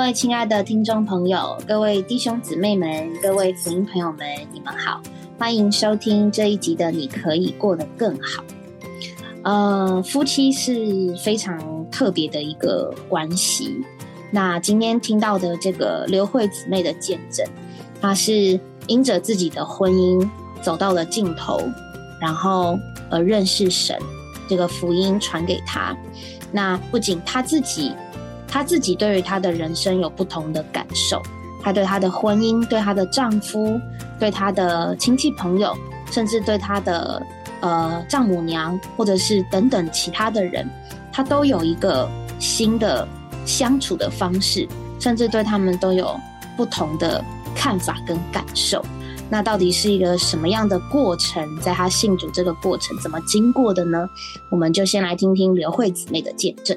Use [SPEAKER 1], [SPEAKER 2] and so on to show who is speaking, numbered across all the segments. [SPEAKER 1] 位亲爱的听众朋友，各位弟兄姊妹们，各位福音朋友们，你们好，欢迎收听这一集的《你可以过得更好》。呃，夫妻是非常特别的一个关系。那今天听到的这个刘慧姊妹的见证，她是因着自己的婚姻走到了尽头，然后呃认识神，这个福音传给她。那不仅她自己，她自己对于她的人生有不同的感受，她对她的婚姻、对她的丈夫、对她的亲戚朋友，甚至对她的呃丈母娘，或者是等等其他的人，她都有一个新的相处的方式，甚至对他们都有不同的看法跟感受。那到底是一个什么样的过程？在她信主这个过程怎么经过的呢？我们就先来听听刘慧姊妹的见证。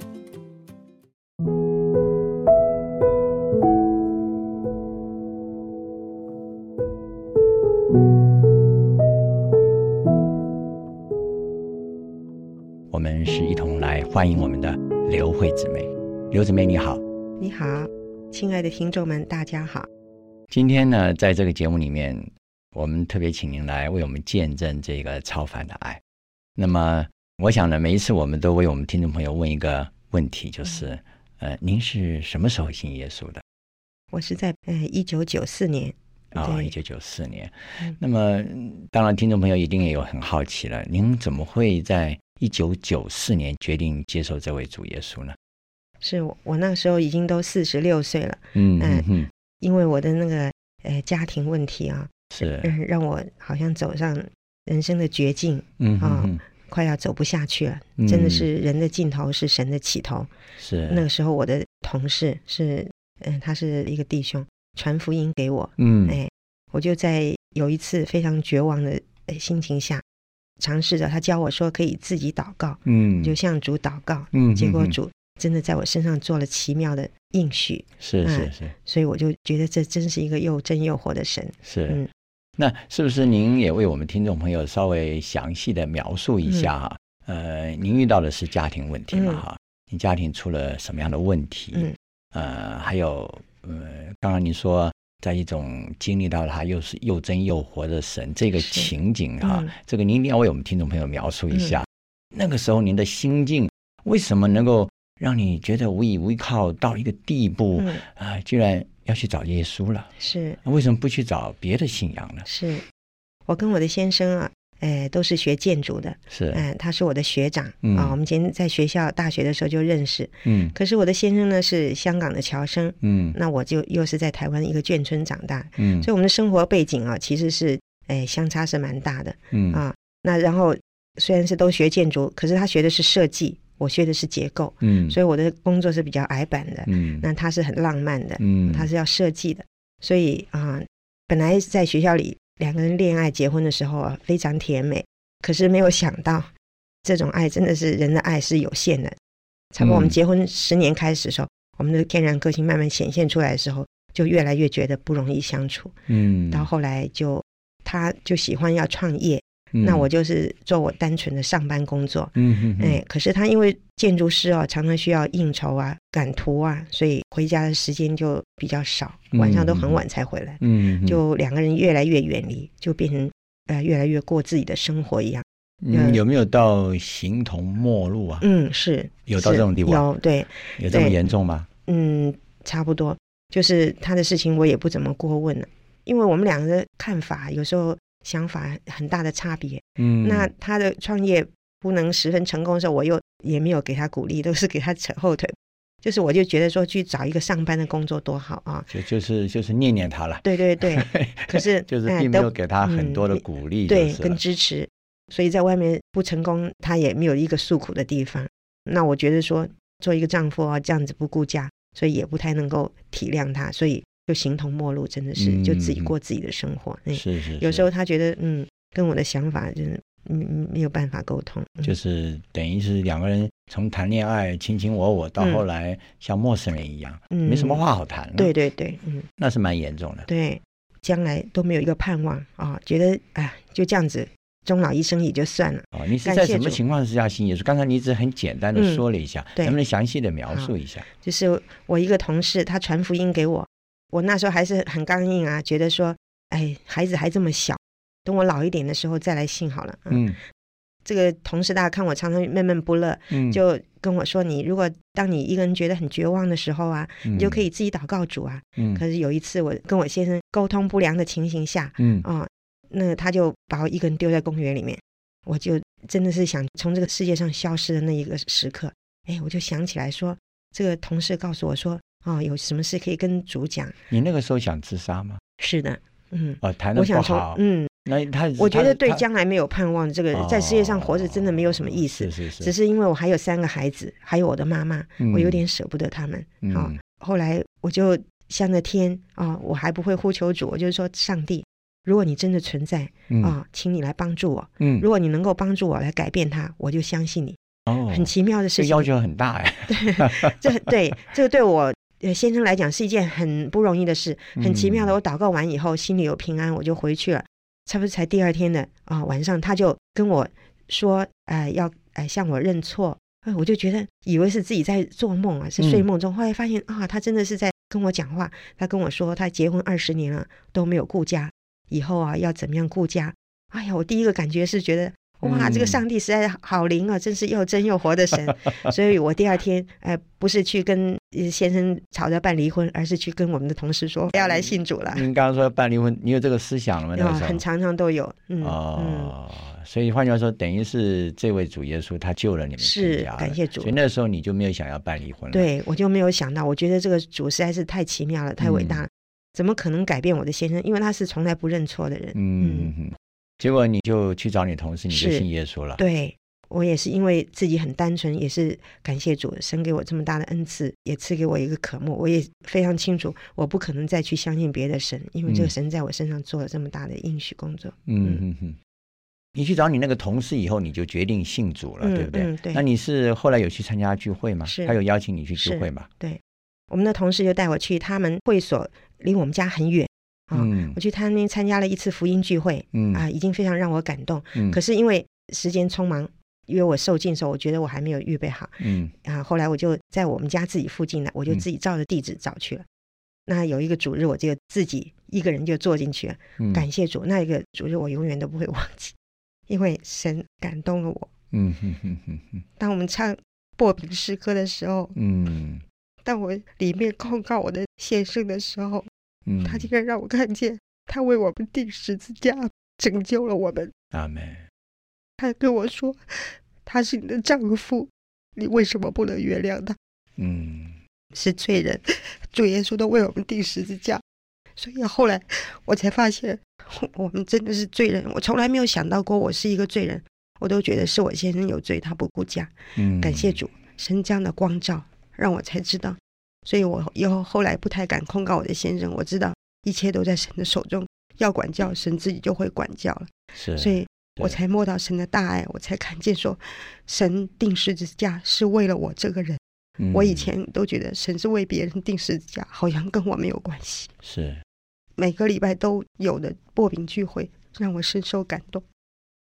[SPEAKER 2] 我们是一同来欢迎我们的刘慧姊妹。刘姊妹你好，
[SPEAKER 3] 你好，亲爱的听众们，大家好。
[SPEAKER 2] 今天呢，在这个节目里面，我们特别请您来为我们见证这个超凡的爱。那么，我想呢，每一次我们都为我们听众朋友问一个问题，就是，
[SPEAKER 3] 嗯
[SPEAKER 2] 呃，您是什么时候信耶稣的？
[SPEAKER 3] 我是在呃一九九四年，
[SPEAKER 2] 啊，
[SPEAKER 3] 对
[SPEAKER 2] 一九九四年
[SPEAKER 3] 嗯。
[SPEAKER 2] 那么，嗯当然，听众朋友一定也有很好奇了，您怎么会在一九九四年决定接受这位主耶稣呢？
[SPEAKER 3] 是我我那时候已经都四十六岁了，
[SPEAKER 2] 嗯
[SPEAKER 3] 嗯
[SPEAKER 2] 嗯嗯，
[SPEAKER 3] 因为我的那个呃家庭问题啊，
[SPEAKER 2] 是，
[SPEAKER 3] 嗯，让我好像走上人生的绝境，
[SPEAKER 2] 嗯
[SPEAKER 3] 啊
[SPEAKER 2] 嗯
[SPEAKER 3] 快要走不下去了。
[SPEAKER 2] 嗯
[SPEAKER 3] 真的是人的尽头是神的起头。
[SPEAKER 2] 是
[SPEAKER 3] 那个时候，我的同事是，嗯、他是一个弟兄，传福音给我，
[SPEAKER 2] 嗯
[SPEAKER 3] 哎我就在有一次非常绝望的呃心情下，尝试着他教我说可以自己祷告，
[SPEAKER 2] 嗯，
[SPEAKER 3] 就向主祷告，
[SPEAKER 2] 嗯，
[SPEAKER 3] 结果
[SPEAKER 2] 嗯嗯
[SPEAKER 3] 主真的在我身上做了奇妙的应许，
[SPEAKER 2] 是是
[SPEAKER 3] 嗯
[SPEAKER 2] 是
[SPEAKER 3] 所以我就觉得这真是一个又真又活的神。
[SPEAKER 2] 是，
[SPEAKER 3] 嗯
[SPEAKER 2] 那是不是您也为我们听众朋友稍微详细的描述一下哈？呃，您遇到的是家庭问题嘛
[SPEAKER 3] 嗯
[SPEAKER 2] 哈？您家庭出了什么样的问题？
[SPEAKER 3] 嗯，
[SPEAKER 2] 呃，还有呃，刚刚您说在一种经历到了他又是又真又活的神这个
[SPEAKER 3] 是
[SPEAKER 2] 情景哈，
[SPEAKER 3] 嗯
[SPEAKER 2] 这个您一定要为我们听众朋友描述一下，那个时候您的心境为什么能够让你觉得无依无靠到一个地步啊、
[SPEAKER 3] 嗯，
[SPEAKER 2] 呃居然要去找耶稣了？
[SPEAKER 3] 是
[SPEAKER 2] 那为什么不去找别的信仰呢？
[SPEAKER 3] 是，我跟我的先生啊，哎、都是学建筑的，
[SPEAKER 2] 是，
[SPEAKER 3] 嗯、他是我的学长啊、
[SPEAKER 2] 嗯
[SPEAKER 3] 我们以前在学校大学的时候就认识，
[SPEAKER 2] 嗯
[SPEAKER 3] 可是我的先生呢是香港的侨生，
[SPEAKER 2] 嗯
[SPEAKER 3] 那我就又是在台湾一个眷村长大，
[SPEAKER 2] 嗯，
[SPEAKER 3] 所以我们的生活背景啊其实是哎、相差是蛮大的。
[SPEAKER 2] 嗯
[SPEAKER 3] 啊那然后虽然是都学建筑，可是他学的是设计，我学的是结构，
[SPEAKER 2] 嗯，
[SPEAKER 3] 所以我的工作是比较矮板的。
[SPEAKER 2] 嗯
[SPEAKER 3] 那他是很浪漫的，
[SPEAKER 2] 嗯
[SPEAKER 3] 他是要设计的，所以啊、本来在学校里两个人恋爱结婚的时候啊，非常甜美，可是没有想到这种爱真的是人的爱是有限的。差不多我
[SPEAKER 2] 嗯
[SPEAKER 3] 们结婚十年开始的时候，我们的天然个性慢慢显现出来的时候，就越来越觉得不容易相处。
[SPEAKER 2] 嗯，
[SPEAKER 3] 到后来就他就喜欢要创业，那我就是做我单纯的上班工作。
[SPEAKER 2] 嗯嗯
[SPEAKER 3] 哎，可是他因为建筑师哦，常常需要应酬啊、赶图啊，所以回家的时间就比较少，晚上都很晚才回来，
[SPEAKER 2] 嗯
[SPEAKER 3] 就两个人越来越远离，就变成呃越来越过自己的生活一样。
[SPEAKER 2] 嗯有没有到形同陌路啊？
[SPEAKER 3] 呃嗯，是
[SPEAKER 2] 有到
[SPEAKER 3] 是
[SPEAKER 2] 这种地步啊
[SPEAKER 3] 有对，
[SPEAKER 2] 有这么严重吗？
[SPEAKER 3] 嗯，差不多，就是他的事情我也不怎么过问了，因为我们两个的看法有时候想法很大的差别，
[SPEAKER 2] 嗯，
[SPEAKER 3] 那他的创业不能十分成功的时候，我又也没有给他鼓励，都是给他扯后腿。就是我就觉得说去找一个上班的工作多好啊！
[SPEAKER 2] 就就是就是念念他了，
[SPEAKER 3] 对对 对，可是
[SPEAKER 2] 就是
[SPEAKER 3] 哎
[SPEAKER 2] 并没有
[SPEAKER 3] 都
[SPEAKER 2] 给他很多的
[SPEAKER 3] 嗯
[SPEAKER 2] 鼓励，
[SPEAKER 3] 对
[SPEAKER 2] 就是
[SPEAKER 3] 跟
[SPEAKER 2] 了
[SPEAKER 3] 支持，所以在外面不成功，他也没有一个诉苦的地方。那我觉得说做一个丈夫啊，这样子不顾家，所以也不太能够体谅他，所以就形同陌路，真的是就自己
[SPEAKER 2] 嗯
[SPEAKER 3] 过自己的生活。嗯，
[SPEAKER 2] 是是，
[SPEAKER 3] 有
[SPEAKER 2] 是
[SPEAKER 3] 时候他觉得嗯，跟我的想法就是嗯嗯没有办法沟通，嗯
[SPEAKER 2] 就是等于是两个人从谈恋爱卿卿我我到
[SPEAKER 3] 嗯
[SPEAKER 2] 后来像陌生人一样，
[SPEAKER 3] 嗯
[SPEAKER 2] 没什么话好谈了，
[SPEAKER 3] 对，对对，嗯，
[SPEAKER 2] 那是蛮严重的，
[SPEAKER 3] 对，将来都没有一个盼望啊，觉得哎，就这样子终老一生也就算了。
[SPEAKER 2] 哦，你是
[SPEAKER 3] 感
[SPEAKER 2] 在
[SPEAKER 3] 谢
[SPEAKER 2] 什么
[SPEAKER 3] 主
[SPEAKER 2] 情况之下信耶稣？刚才你只很简单的
[SPEAKER 3] 嗯
[SPEAKER 2] 说了一下，
[SPEAKER 3] 对
[SPEAKER 2] 能不能详细的描
[SPEAKER 3] 好
[SPEAKER 2] 述一下？
[SPEAKER 3] 就是我一个同事，他传福音给我，我那时候还是很刚硬啊，觉得说，哎，孩子还这么小，等我老一点的时候再来信好了。啊，
[SPEAKER 2] 嗯
[SPEAKER 3] 这个同事大家看我常常闷闷不乐，
[SPEAKER 2] 嗯，
[SPEAKER 3] 就跟我说，你如果当你一个人觉得很绝望的时候啊，
[SPEAKER 2] 你
[SPEAKER 3] 你就可以自己祷告主啊。
[SPEAKER 2] 嗯，
[SPEAKER 3] 可是有一次我跟我先生沟通不良的情形下，
[SPEAKER 2] 嗯
[SPEAKER 3] 啊、那他就把我一个人丢在公园里面，我就真的是想从这个世界上消失的那一个时刻，哎，我就想起来说，这个同事告诉我说，啊、有什么事可以跟主讲？
[SPEAKER 2] 你那个时候想自杀吗？
[SPEAKER 3] 是的，嗯，
[SPEAKER 2] 哦，谈的
[SPEAKER 3] 我
[SPEAKER 2] 不
[SPEAKER 3] 想从
[SPEAKER 2] 好，
[SPEAKER 3] 嗯，
[SPEAKER 2] 那他
[SPEAKER 3] 我觉
[SPEAKER 2] 他
[SPEAKER 3] 得对
[SPEAKER 2] 他
[SPEAKER 3] 将来没有盼望，这个
[SPEAKER 2] 哦
[SPEAKER 3] 在世界上活着真的没有什么意思
[SPEAKER 2] 是，是是，
[SPEAKER 3] 只是因为我还有三个孩子，还有我的妈妈，我有点舍不得他们，
[SPEAKER 2] 嗯
[SPEAKER 3] 啊、
[SPEAKER 2] 嗯
[SPEAKER 3] 后来我就向着天啊、我还不会呼求主，我就是说上帝，如果你真的存在啊、
[SPEAKER 2] 嗯
[SPEAKER 3] 请你来帮助我。
[SPEAKER 2] 嗯
[SPEAKER 3] 如果你能够帮助我来改变它，我就相信你。
[SPEAKER 2] 哦，
[SPEAKER 3] 很奇妙的
[SPEAKER 2] 这
[SPEAKER 3] 事
[SPEAKER 2] 个
[SPEAKER 3] 情
[SPEAKER 2] 要，求很大哎，
[SPEAKER 3] 这对这个对我呃先生来讲是一件很不容易的事，很奇妙的。
[SPEAKER 2] 嗯
[SPEAKER 3] 我祷告完以后，心里有平安，我就回去了。差不多才第二天的啊、晚上，他就跟我说，呃，要呃向我认错。哎，我就觉得以为是自己在做梦啊，是睡
[SPEAKER 2] 嗯
[SPEAKER 3] 梦中。后来发现啊，他真的是在跟我讲话。他跟我说，他结婚二十年了都没有顾家，以后啊要怎么样顾家？哎呀，我第一个感觉是觉得。哇，这个
[SPEAKER 2] 嗯
[SPEAKER 3] 上帝实在好灵啊，真是又真又活的神。 所以我第二天，哎、不是去跟呃先生吵着办离婚，而是去跟我们的同事说不要来信主了。
[SPEAKER 2] 您刚刚说办离婚，你有这个思想了吗？那
[SPEAKER 3] 啊，
[SPEAKER 2] 个时候
[SPEAKER 3] 很常常都有，嗯、嗯，
[SPEAKER 2] 哦，所以换句话说，等于是这位主耶稣他救了你们
[SPEAKER 3] 是
[SPEAKER 2] 全家了
[SPEAKER 3] 感谢主
[SPEAKER 2] 所以那时候你就没有想要办离婚了。，
[SPEAKER 3] 对我就没有想到，我觉得这个主实在是太奇妙了，太伟大了，
[SPEAKER 2] 嗯
[SPEAKER 3] 怎么可能改变我的先生？因为他是从来不认错的人，
[SPEAKER 2] 嗯，嗯结果你就去找你同事，你就是信耶稣了。，
[SPEAKER 3] 对我也是因为自己很单纯，也是感谢主神给我这么大的恩赐，也赐给我一个渴慕。我也非常清楚，我不可能再去相信别的神，因为这个
[SPEAKER 2] 嗯
[SPEAKER 3] 神在我身上做了这么大的应许工作。
[SPEAKER 2] 嗯嗯嗯。你去找你那个同事以后，你就决定信主了，
[SPEAKER 3] 嗯
[SPEAKER 2] 对不对？
[SPEAKER 3] 嗯对
[SPEAKER 2] 那你是后来有去参加聚会吗？
[SPEAKER 3] 是
[SPEAKER 2] 他有邀请你去聚
[SPEAKER 3] 是
[SPEAKER 2] 会吗？
[SPEAKER 3] 我们的同事就带我去他们会所，离我们家很远。啊
[SPEAKER 2] 嗯
[SPEAKER 3] 我去他那边参加了一次福音聚会，
[SPEAKER 2] 嗯
[SPEAKER 3] 啊，已经非常让我感动。
[SPEAKER 2] 嗯
[SPEAKER 3] 可是因为时间匆忙，因为我受尽的时候，我觉得我还没有预备好
[SPEAKER 2] 嗯
[SPEAKER 3] 啊。后来我就在我们家自己附近的，我就
[SPEAKER 2] 嗯
[SPEAKER 3] 自己照着地址找去了。那有一个主日，我就自己一个人就坐进去了。
[SPEAKER 2] 嗯
[SPEAKER 3] 感谢主，那一个主日我永远都不会忘记，因为神感动了我。
[SPEAKER 2] 嗯嗯嗯嗯嗯
[SPEAKER 3] 当我们唱破饼诗歌的时候，
[SPEAKER 2] 嗯
[SPEAKER 3] 当我里面控告我的先生的时候，
[SPEAKER 2] 嗯，
[SPEAKER 3] 他竟然让我看见他为我们钉十字架，拯救了我们。
[SPEAKER 2] 阿门。
[SPEAKER 3] 他跟我说他是你的丈夫，你为什么不能原谅他？
[SPEAKER 2] 嗯
[SPEAKER 3] 是罪人，主耶稣都为我们钉十字架，所以后来我才发现我们真的是罪人。我从来没有想到过我是一个罪人，我都觉得是我先生有罪，他不顾家。
[SPEAKER 2] 嗯，
[SPEAKER 3] 感谢主神这样的光照，让我才知道。所以我以后后来不太敢控告我的先生，我知道一切都在神的手中，要管教神自己就会管教了。
[SPEAKER 2] 是，
[SPEAKER 3] 所以我
[SPEAKER 2] 对
[SPEAKER 3] 才摸到神的大爱，我才看见说，神定十字架是为了我这个人。我以
[SPEAKER 2] 嗯
[SPEAKER 3] 前都觉得神是为别人定十字架，好像跟我没有关系。
[SPEAKER 2] 嗯是
[SPEAKER 3] 每个礼拜都有的薄饼聚会，让我深受感动。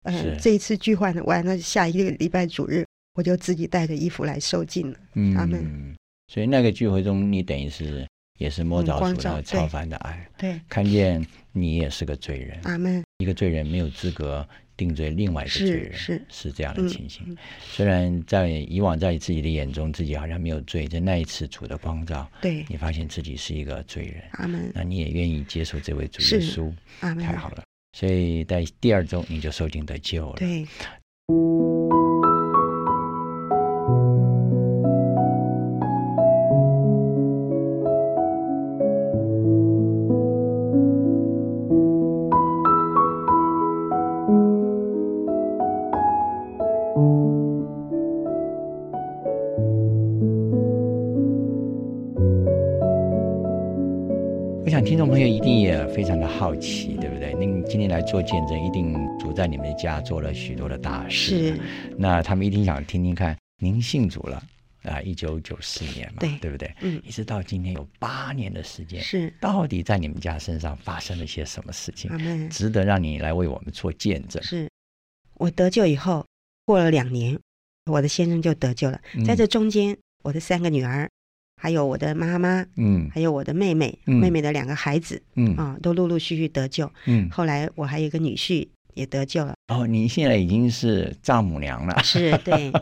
[SPEAKER 3] 呃，
[SPEAKER 2] 是
[SPEAKER 3] 这一次聚会呢完了，下一个礼拜主日我就自己带着衣服来受尽了。阿门
[SPEAKER 2] 嗯，所以那个聚会中，你等于是也是摸
[SPEAKER 3] 嗯
[SPEAKER 2] 着
[SPEAKER 3] 光
[SPEAKER 2] 主
[SPEAKER 3] 照
[SPEAKER 2] 的
[SPEAKER 3] 对
[SPEAKER 2] 超凡的爱，
[SPEAKER 3] 对，
[SPEAKER 2] 看见你也是个罪人，
[SPEAKER 3] 阿门。
[SPEAKER 2] 一个罪人没有资格定罪另外一个罪
[SPEAKER 3] 是
[SPEAKER 2] 人，
[SPEAKER 3] 是，
[SPEAKER 2] 这样的
[SPEAKER 3] 嗯
[SPEAKER 2] 情形。
[SPEAKER 3] 嗯
[SPEAKER 2] 虽然在以往在自己的眼中，自己好像没有罪，在那一次主的光照，
[SPEAKER 3] 对，
[SPEAKER 2] 你发现自己是一个罪人，
[SPEAKER 3] 阿门，
[SPEAKER 2] 那你也愿意接受这位主耶
[SPEAKER 3] 啊是嗯
[SPEAKER 2] 稣，
[SPEAKER 3] 阿门。
[SPEAKER 2] 太好了。所以在第二周你就受尽得救了。
[SPEAKER 3] 对，
[SPEAKER 2] 我想听众朋友一定也非常的好奇，对不对？那你今天来做见证，一定主在你们的家做了许多的大事。
[SPEAKER 3] 是，
[SPEAKER 2] 那他们一定想听听看，您信主了啊？一九九四年嘛，
[SPEAKER 3] 对
[SPEAKER 2] 对不对？
[SPEAKER 3] 嗯，
[SPEAKER 2] 一直到今天有八年的时间，
[SPEAKER 3] 是，
[SPEAKER 2] 到底在你们家身上发生了些什么事情
[SPEAKER 3] 阿，门，
[SPEAKER 2] 值得让你来为我们做见证？
[SPEAKER 3] 嗯是。我得救以后，过了两年，我的先生就得救了。在
[SPEAKER 2] 嗯
[SPEAKER 3] 这中间，我的三个女儿，还有我的妈妈，
[SPEAKER 2] 嗯
[SPEAKER 3] 还有我的妹妹，
[SPEAKER 2] 嗯
[SPEAKER 3] 妹妹的两个孩子
[SPEAKER 2] 嗯
[SPEAKER 3] 啊、都陆陆续续得救。
[SPEAKER 2] 嗯，
[SPEAKER 3] 后来我还有一个女婿也得救了，
[SPEAKER 2] 哦，您现在已经是丈母娘了，
[SPEAKER 3] 是 对，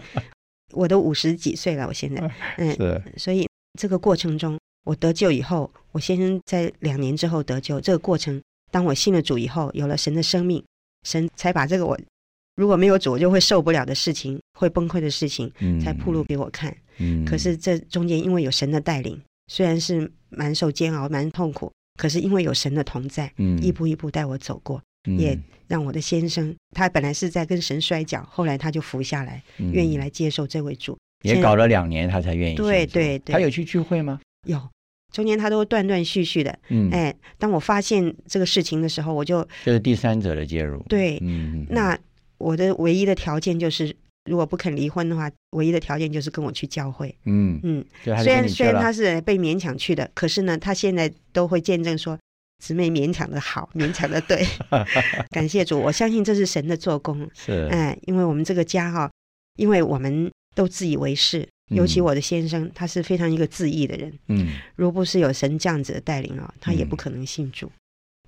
[SPEAKER 3] 我都五十几岁了，我现在，嗯，
[SPEAKER 2] 是
[SPEAKER 3] 所以这个过程中，我得救以后，我先生在两年之后得救，这个过程，当我信了主以后，有了神的生命，神才把这个我如果没有主，我就会受不了的事情，会崩溃的事情，
[SPEAKER 2] 嗯
[SPEAKER 3] 才铺路给我看。
[SPEAKER 2] 嗯，
[SPEAKER 3] 可是这中间因为有神的带领，虽然是蛮受煎熬、蛮痛苦，可是因为有神的同在，
[SPEAKER 2] 嗯
[SPEAKER 3] 一步一步带我走过，也让我的先生，他本来是在跟神摔跤，后来他就服下来，
[SPEAKER 2] 嗯
[SPEAKER 3] 愿意来接受这位主。
[SPEAKER 2] 也
[SPEAKER 3] 现
[SPEAKER 2] 搞了两年，他才愿意信主。
[SPEAKER 3] 对对对
[SPEAKER 2] 他有去聚会吗？
[SPEAKER 3] 有中间他都断断续续的，
[SPEAKER 2] 嗯，
[SPEAKER 3] 哎，当我发现这个事情的时候，我就
[SPEAKER 2] 就是第三者的介入。
[SPEAKER 3] 对
[SPEAKER 2] 嗯，嗯
[SPEAKER 3] 那我的唯一的条件就是，如果不肯离婚的话，唯一的条件就是跟我去教会。
[SPEAKER 2] 嗯，
[SPEAKER 3] 嗯，
[SPEAKER 2] 就还是
[SPEAKER 3] 虽
[SPEAKER 2] 跟
[SPEAKER 3] 然
[SPEAKER 2] 你去
[SPEAKER 3] 虽然他
[SPEAKER 2] 了。
[SPEAKER 3] 是被勉强去的，可是呢，他现在都会见证说。姊妹勉强的好，勉强的 对，感谢主，我相信这是神的做工。
[SPEAKER 2] 是，
[SPEAKER 3] 哎，因为我们这个家哈、因为我们都自以为是，尤其
[SPEAKER 2] 嗯
[SPEAKER 3] 我的先生，他是非常一个自义的人，
[SPEAKER 2] 嗯
[SPEAKER 3] 如不是有神这样子的带领啊、他也不
[SPEAKER 2] 嗯
[SPEAKER 3] 可能信主。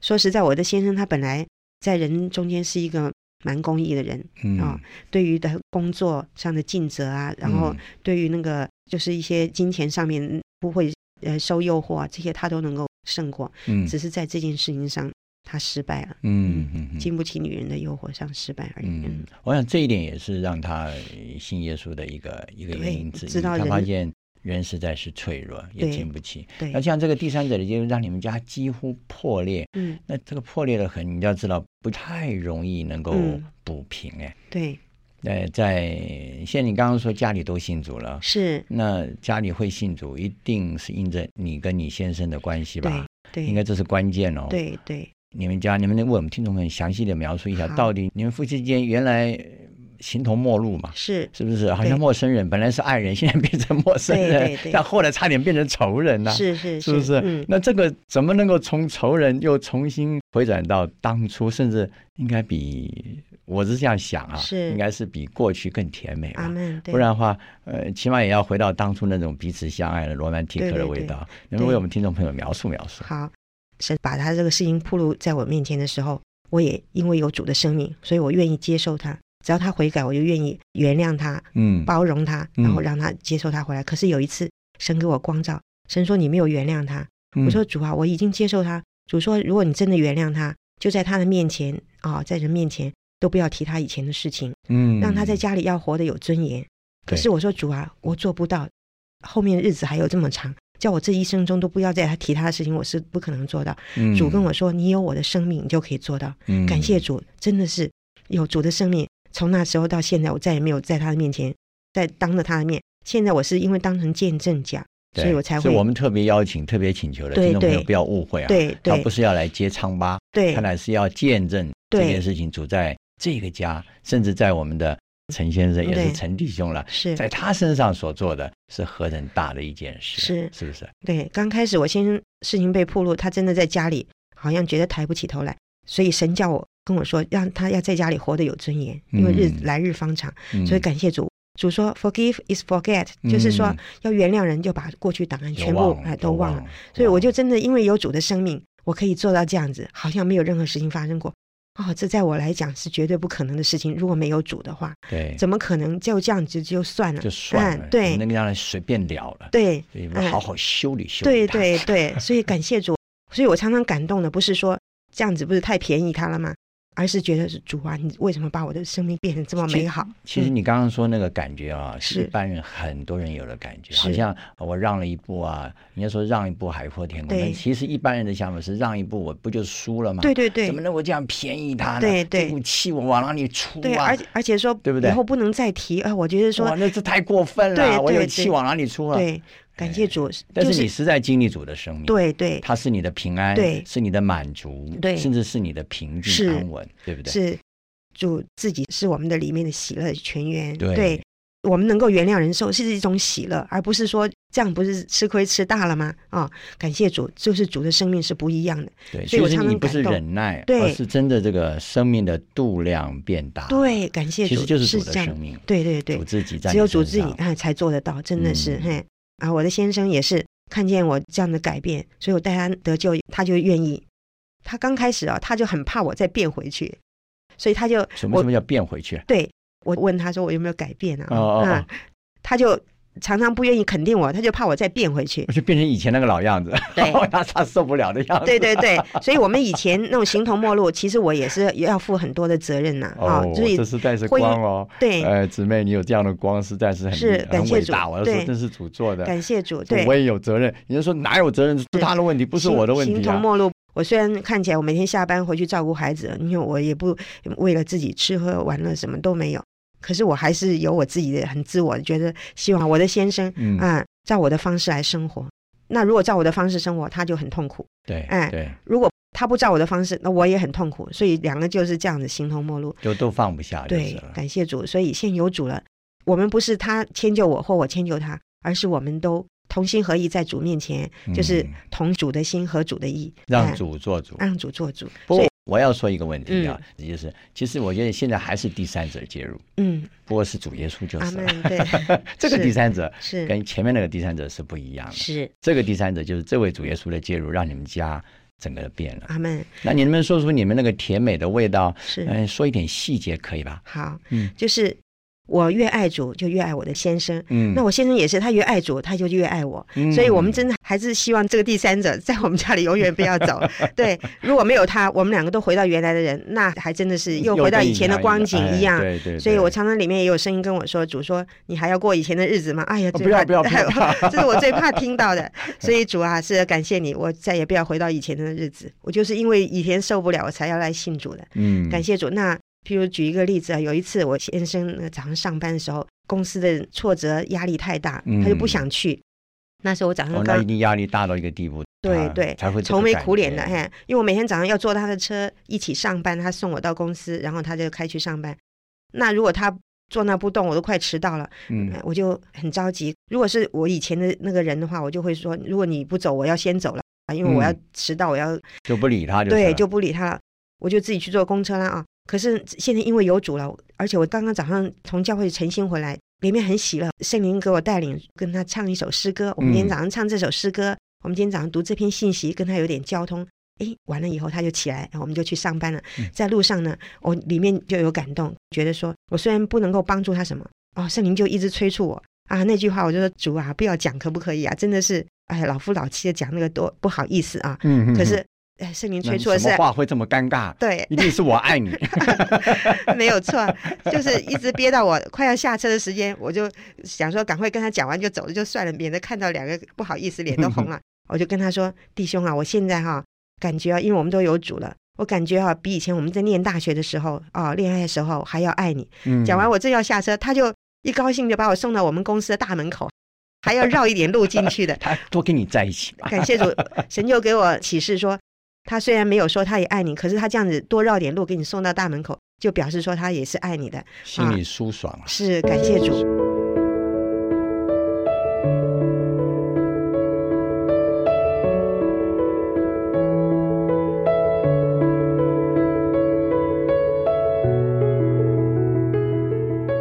[SPEAKER 3] 说实在，我的先生他本来在人中间是一个蛮公义的人，
[SPEAKER 2] 嗯
[SPEAKER 3] 啊对于的工作上的尽责啊，然后
[SPEAKER 2] 嗯
[SPEAKER 3] 对于那个就是一些金钱上面不会呃受诱惑啊，这些他都能够胜过，
[SPEAKER 2] 嗯
[SPEAKER 3] 只是在这件事情上他失败了，
[SPEAKER 2] 嗯嗯嗯
[SPEAKER 3] 经不起女人的诱惑上失败而已。
[SPEAKER 2] 嗯，我想这一点也是让他信耶稣的一个一个原因
[SPEAKER 3] 对
[SPEAKER 2] 之一。
[SPEAKER 3] 知道
[SPEAKER 2] 他
[SPEAKER 3] 人
[SPEAKER 2] 发现人实在是脆弱，也
[SPEAKER 3] 对
[SPEAKER 2] 经不起。
[SPEAKER 3] 嗯对
[SPEAKER 2] 那，像这个第三者的介入，让你们家几乎破裂。
[SPEAKER 3] 嗯，
[SPEAKER 2] 那这个破裂的很，你要知道不太容易能够
[SPEAKER 3] 嗯
[SPEAKER 2] 补平哎。
[SPEAKER 3] 对，
[SPEAKER 2] 那在像你刚刚说家里都信主了，
[SPEAKER 3] 是，
[SPEAKER 2] 那家里会信主，一定是印证你跟你先生的关系
[SPEAKER 3] 对
[SPEAKER 2] 吧？，应该
[SPEAKER 3] 对，
[SPEAKER 2] 这是关键哦。，
[SPEAKER 3] 对，对，
[SPEAKER 2] 你们家，你们能为我们听众们详细的描述一下，
[SPEAKER 3] 好
[SPEAKER 2] 到底你们夫妻之间原来呃形同陌路嘛？
[SPEAKER 3] 是，
[SPEAKER 2] 是不是？好像陌生人，本来是爱人， 现在变成陌生
[SPEAKER 3] 对
[SPEAKER 2] 人
[SPEAKER 3] 对，对
[SPEAKER 2] 但后来差点变成仇人了、
[SPEAKER 3] 是，是，
[SPEAKER 2] 是不是？
[SPEAKER 3] 嗯，
[SPEAKER 2] 那这个怎么能够从仇人又重新回转到当初，甚至应该比我是这样想啊，
[SPEAKER 3] 是
[SPEAKER 2] 应该是比过去更甜美吧？
[SPEAKER 3] 阿门，对
[SPEAKER 2] 不，然的话，呃，起码也要回到当初那种彼此相爱的罗曼蒂克
[SPEAKER 3] 对
[SPEAKER 2] 的
[SPEAKER 3] 对
[SPEAKER 2] 味
[SPEAKER 3] 对
[SPEAKER 2] 道。能为我们听众朋友描述描述？
[SPEAKER 3] 好，神把他这个事情铺露在我面前的时候，我也因为有主的生命，所以我愿意接受他。只要他悔改，我就愿意原谅他、
[SPEAKER 2] 嗯，
[SPEAKER 3] 包容他，
[SPEAKER 2] 嗯
[SPEAKER 3] 然后让他接受他回来。可是有一次，神给我光照，神说你没有原谅他。
[SPEAKER 2] 嗯
[SPEAKER 3] 我说主啊，我已经接受他。主说，如果你真的原谅他，就在他的面前啊、在人面前都不要提他以前的事情，
[SPEAKER 2] 嗯，
[SPEAKER 3] 让他在家里要活得有尊严。可
[SPEAKER 2] 对
[SPEAKER 3] 是我说主啊，我做不到，后面的日子还有这么长，叫我这一生中都不要再提他的事情，我是不可能做到。
[SPEAKER 2] 嗯
[SPEAKER 3] 主跟我说，你有我的生命，你就可以做到。
[SPEAKER 2] 嗯
[SPEAKER 3] 感谢主，真的是有主的生命。从那时候到现在，我再也没有在他的面前，在当着他的面。现在我是因为当成见证讲，
[SPEAKER 2] 嗯对
[SPEAKER 3] 所以我才
[SPEAKER 2] 所
[SPEAKER 3] 会
[SPEAKER 2] 以我们特别邀请、特别请求的
[SPEAKER 3] 对
[SPEAKER 2] 听众朋友
[SPEAKER 3] 对
[SPEAKER 2] 不要误会啊，，
[SPEAKER 3] 对
[SPEAKER 2] 他
[SPEAKER 3] 对
[SPEAKER 2] 不是要来揭疮疤，
[SPEAKER 3] 对
[SPEAKER 2] 他乃是要见证这
[SPEAKER 3] 对
[SPEAKER 2] 件事情主在这个家，甚至在我们的陈先生也是
[SPEAKER 3] 对
[SPEAKER 2] 陈弟兄了，
[SPEAKER 3] 是
[SPEAKER 2] 在他身上所做的是何等大的一件事，
[SPEAKER 3] 是
[SPEAKER 2] 是不是？
[SPEAKER 3] 对。刚开始我先生事情被暴露，他真的在家里好像觉得抬不起头来，所以神叫我跟我说，让他要在家里活得有尊严，因为日、
[SPEAKER 2] 嗯
[SPEAKER 3] 来日方长。
[SPEAKER 2] 嗯
[SPEAKER 3] 所以感谢主。主说：“Forgive is forget”，、就是说
[SPEAKER 2] 嗯
[SPEAKER 3] 要原谅人，就把过去档案
[SPEAKER 2] 都
[SPEAKER 3] 全部
[SPEAKER 2] 忘了
[SPEAKER 3] 哎
[SPEAKER 2] 都
[SPEAKER 3] 都忘
[SPEAKER 2] 了
[SPEAKER 3] 了。，所以我就
[SPEAKER 2] 忘了
[SPEAKER 3] 真的因为有主的生命，我可以做到这样子，好像没有任何事情发生过。哦，这在我来讲是绝对不可能的事情。如果没有主的话，
[SPEAKER 2] 对，
[SPEAKER 3] 怎么可能就这样子就算了？
[SPEAKER 2] 就算了，
[SPEAKER 3] 嗯、对
[SPEAKER 2] 那个让人随便了了。
[SPEAKER 3] 对
[SPEAKER 2] 所以我
[SPEAKER 3] 嗯
[SPEAKER 2] 好好修理修理
[SPEAKER 3] 对
[SPEAKER 2] 他。
[SPEAKER 3] 对 对，所以感谢主。所以我常常感动的不是说这样子不是太便宜他了吗？而是觉得是主啊，你为什么把我的生命变成这么
[SPEAKER 2] 其
[SPEAKER 3] 美好？
[SPEAKER 2] 其实
[SPEAKER 3] 嗯
[SPEAKER 2] 你刚刚说那个感觉啊，是一
[SPEAKER 3] 是
[SPEAKER 2] 般人很多人有的感觉，
[SPEAKER 3] 是
[SPEAKER 2] 好像我让了一步啊，人家说让一步海阔天空，
[SPEAKER 3] 对
[SPEAKER 2] 但其实一般人的想法是让一步我不就输了吗？
[SPEAKER 3] 对对对，
[SPEAKER 2] 怎么能够这样便宜他呢？
[SPEAKER 3] 对对
[SPEAKER 2] 这股气我往哪里出
[SPEAKER 3] 对，
[SPEAKER 2] 啊？
[SPEAKER 3] 而且而且说，
[SPEAKER 2] 对不对
[SPEAKER 3] 以后不能再提啊、呃我觉得
[SPEAKER 2] 哇，
[SPEAKER 3] 说，
[SPEAKER 2] 那这太过分
[SPEAKER 3] 对
[SPEAKER 2] 了，
[SPEAKER 3] 对
[SPEAKER 2] 我有
[SPEAKER 3] 对
[SPEAKER 2] 气往哪里出啊？，
[SPEAKER 3] 对，感谢主，
[SPEAKER 2] 但
[SPEAKER 3] 就是
[SPEAKER 2] 你是在经历主的生命，，
[SPEAKER 3] 对对
[SPEAKER 2] 它是你的平安，
[SPEAKER 3] 对
[SPEAKER 2] 是你的满足，
[SPEAKER 3] 对
[SPEAKER 2] 甚至是你的平静
[SPEAKER 3] 是
[SPEAKER 2] 安稳，对不对？
[SPEAKER 3] 是主自己是我们的里面的喜乐泉源，
[SPEAKER 2] 对
[SPEAKER 3] 我们能够原谅人受是一种喜乐，而不是说这样不是吃亏吃大了吗？啊、感谢主，就是主的生命是不一样的。
[SPEAKER 2] 对，
[SPEAKER 3] 所以我
[SPEAKER 2] 其实
[SPEAKER 3] 常
[SPEAKER 2] 你
[SPEAKER 3] 常
[SPEAKER 2] 不是
[SPEAKER 3] 感动
[SPEAKER 2] 忍耐，
[SPEAKER 3] 对
[SPEAKER 2] 而是真的这个生命的度量变大。，
[SPEAKER 3] 对，感谢
[SPEAKER 2] 其
[SPEAKER 3] 主，
[SPEAKER 2] 实就是主的
[SPEAKER 3] 这样
[SPEAKER 2] 生。命，
[SPEAKER 3] 对对对
[SPEAKER 2] 主，自己在
[SPEAKER 3] 只有
[SPEAKER 2] 你
[SPEAKER 3] 主
[SPEAKER 2] 身
[SPEAKER 3] 自己
[SPEAKER 2] 上
[SPEAKER 3] 哎才做得到，真的是、
[SPEAKER 2] 嗯
[SPEAKER 3] 嘿啊！我的先生也是看见我这样的改变，所以我带他得救，他就愿意。他刚开始啊，他就很怕我再变回去，所以他就
[SPEAKER 2] 什么
[SPEAKER 3] 我
[SPEAKER 2] 什么叫变回去？
[SPEAKER 3] 对我问他说我有没有改变啊？
[SPEAKER 2] 哦哦
[SPEAKER 3] 啊，他就常常不愿意肯定我，他就怕我再变 回去。
[SPEAKER 2] 就变成以前那个老样子，
[SPEAKER 3] 对
[SPEAKER 2] 他他受不了的样子。
[SPEAKER 3] 对对对，所以我们以前那种形同陌路，其实我也是要负很多的责任呐、啊，
[SPEAKER 2] 哦，
[SPEAKER 3] 所以
[SPEAKER 2] 这实在是
[SPEAKER 3] 婚姻
[SPEAKER 2] 光哦，
[SPEAKER 3] 对，
[SPEAKER 2] 呃，姊妹，你有这样的光，实在是很
[SPEAKER 3] 是感
[SPEAKER 2] 很
[SPEAKER 3] 谢
[SPEAKER 2] 伟
[SPEAKER 3] 主
[SPEAKER 2] 大。我要说，
[SPEAKER 3] 对
[SPEAKER 2] 这是主做的，
[SPEAKER 3] 感谢主，
[SPEAKER 2] 主
[SPEAKER 3] 对，
[SPEAKER 2] 我也有责任。人家说哪有责任是他的问题，不是我的问
[SPEAKER 3] 形
[SPEAKER 2] 题
[SPEAKER 3] 同
[SPEAKER 2] 啊。
[SPEAKER 3] 陌路。我虽然看起来我每天下班回去照顾孩子，因为我也不为了自己吃喝玩乐什么都没有，可是我还是有我自己的很自我，觉得希望我的先生
[SPEAKER 2] 嗯
[SPEAKER 3] 啊、照我的方式来生活。那如果照我的方式生活，他就很痛苦；
[SPEAKER 2] 对，
[SPEAKER 3] 哎
[SPEAKER 2] 对，
[SPEAKER 3] 如果他不照我的方式，那我也很痛苦。所以两个就是这样子形同陌路。
[SPEAKER 2] 就都放不下，就是
[SPEAKER 3] 对
[SPEAKER 2] 了，。
[SPEAKER 3] 感谢主，所以现有主了。我们不是他迁就我或我迁就他，而是我们都同心合意在主面前，就是
[SPEAKER 2] 嗯
[SPEAKER 3] 同主的心和主的意，
[SPEAKER 2] 让
[SPEAKER 3] 哎
[SPEAKER 2] 主做主。
[SPEAKER 3] 让主做主。
[SPEAKER 2] 不
[SPEAKER 3] 所
[SPEAKER 2] 过
[SPEAKER 3] 以，嗯
[SPEAKER 2] 我要说一个问题啊，也就是其实我觉得现在还是第三者介入，
[SPEAKER 3] 嗯，
[SPEAKER 2] 不过是主耶稣就
[SPEAKER 3] 阿
[SPEAKER 2] 是
[SPEAKER 3] 门
[SPEAKER 2] 了。，
[SPEAKER 3] 对，
[SPEAKER 2] 这个
[SPEAKER 3] 是
[SPEAKER 2] 第三者
[SPEAKER 3] 是
[SPEAKER 2] 跟前面那个第三者是不一样的。
[SPEAKER 3] 是，
[SPEAKER 2] 这个第三者就是这位主耶稣的介入，让你们家整个变了。
[SPEAKER 3] 阿门，
[SPEAKER 2] 那你能不能说出你们那个甜美的味道？
[SPEAKER 3] 是
[SPEAKER 2] 嗯，说一点细节可以吧？
[SPEAKER 3] 好，
[SPEAKER 2] 嗯
[SPEAKER 3] 就是我越爱主，就越爱我的先生。
[SPEAKER 2] 嗯，
[SPEAKER 3] 那我先生也是，他越爱主，他就越爱我。
[SPEAKER 2] 嗯
[SPEAKER 3] 所以我们真的还是希望这个第三者在我们家里永远不要走。对，如果没有他，我们两个都回到原来的人，那还真的是又回到以前的光景一样。
[SPEAKER 2] 哎对对，对
[SPEAKER 3] 所以我常常里面也有声音跟我说：“主说你还要过以前的日子吗？”哎呀，
[SPEAKER 2] 哦
[SPEAKER 3] 最
[SPEAKER 2] 不要
[SPEAKER 3] 怕
[SPEAKER 2] 不要不要
[SPEAKER 3] 这是我最怕听到的。所以主啊，是感谢你，我再也不要回到以前的日子。我就是因为以前受不了，我才要来信主的。
[SPEAKER 2] 嗯
[SPEAKER 3] 感
[SPEAKER 2] 谢
[SPEAKER 3] 谢主。那譬如举一个例子啊，有一次我先生呃早上上班的时候，公司的挫折压力太大，
[SPEAKER 2] 嗯
[SPEAKER 3] 他就不想去。那时候我早
[SPEAKER 2] 哦
[SPEAKER 3] 上，
[SPEAKER 2] 那
[SPEAKER 3] 刚
[SPEAKER 2] 一定压力大到一个地步，
[SPEAKER 3] 对
[SPEAKER 2] 他
[SPEAKER 3] 对，
[SPEAKER 2] 才会这
[SPEAKER 3] 愁
[SPEAKER 2] 个
[SPEAKER 3] 眉
[SPEAKER 2] 感
[SPEAKER 3] 苦脸
[SPEAKER 2] 觉
[SPEAKER 3] 的，嘿，因为我每天早上要坐他的车一起上班，他送我到公司，然后他就开去上班。那如果他坐那不动，我都快迟到了，
[SPEAKER 2] 嗯
[SPEAKER 3] 呃我就很着急。如果是我以前的那个人的话，我就会说，如果你不走，我要先走了，啊因为我要
[SPEAKER 2] 嗯
[SPEAKER 3] 迟到，我要
[SPEAKER 2] 就不理他就
[SPEAKER 3] 对
[SPEAKER 2] 是
[SPEAKER 3] 就
[SPEAKER 2] 了
[SPEAKER 3] 不理他了，我就自己去坐公车了啊。可是现在因为有主了，而且我刚刚早上从教会晨兴回来，里面很喜乐，圣灵给我带领，跟他唱一首诗歌。我们今天
[SPEAKER 2] 嗯
[SPEAKER 3] 早上唱这首诗歌，我们今天早上读这篇信息，跟他有点交通。诶，完了以后他就起来，然后我们就去上班了
[SPEAKER 2] 嗯。
[SPEAKER 3] 在路上呢，我里面就有感动，觉得说我虽然不能够帮助他什么，哦，圣灵就一直催促我啊。那句话我就说主啊，不要讲可不可以啊？真的是，哎，老夫老妻的讲那个多不好意思啊。
[SPEAKER 2] 嗯，嗯
[SPEAKER 3] 可是
[SPEAKER 2] 嗯，
[SPEAKER 3] 哎，圣灵
[SPEAKER 2] 那
[SPEAKER 3] 催
[SPEAKER 2] 你
[SPEAKER 3] 促的
[SPEAKER 2] 什么，
[SPEAKER 3] 是
[SPEAKER 2] 话会这么尴尬？
[SPEAKER 3] 对，
[SPEAKER 2] 一定是我爱你，
[SPEAKER 3] 没有错，就是一直憋到我快要下车的时间，我就想说赶快跟他讲完就走了就算了，免得看到两个不好意思脸都红 了。我就跟他说：“弟兄啊，我现在哈、感觉啊，因为我们都有主了，我感觉哈、比以前我们在念大学的时候啊、恋爱的时候还要爱你。”
[SPEAKER 2] 嗯
[SPEAKER 3] 讲完我正要下车，他就一高兴就把我送到我们公司的大门口，还要绕一点路进去的。
[SPEAKER 2] 他多跟你在一起吧。
[SPEAKER 3] 感谢主，神就给我启示说，他虽然没有说他也爱你，可是他这样子多绕点路给你送到大门口，就表示说他也是爱你的。
[SPEAKER 2] 心里舒爽啊了。
[SPEAKER 3] 是感谢主。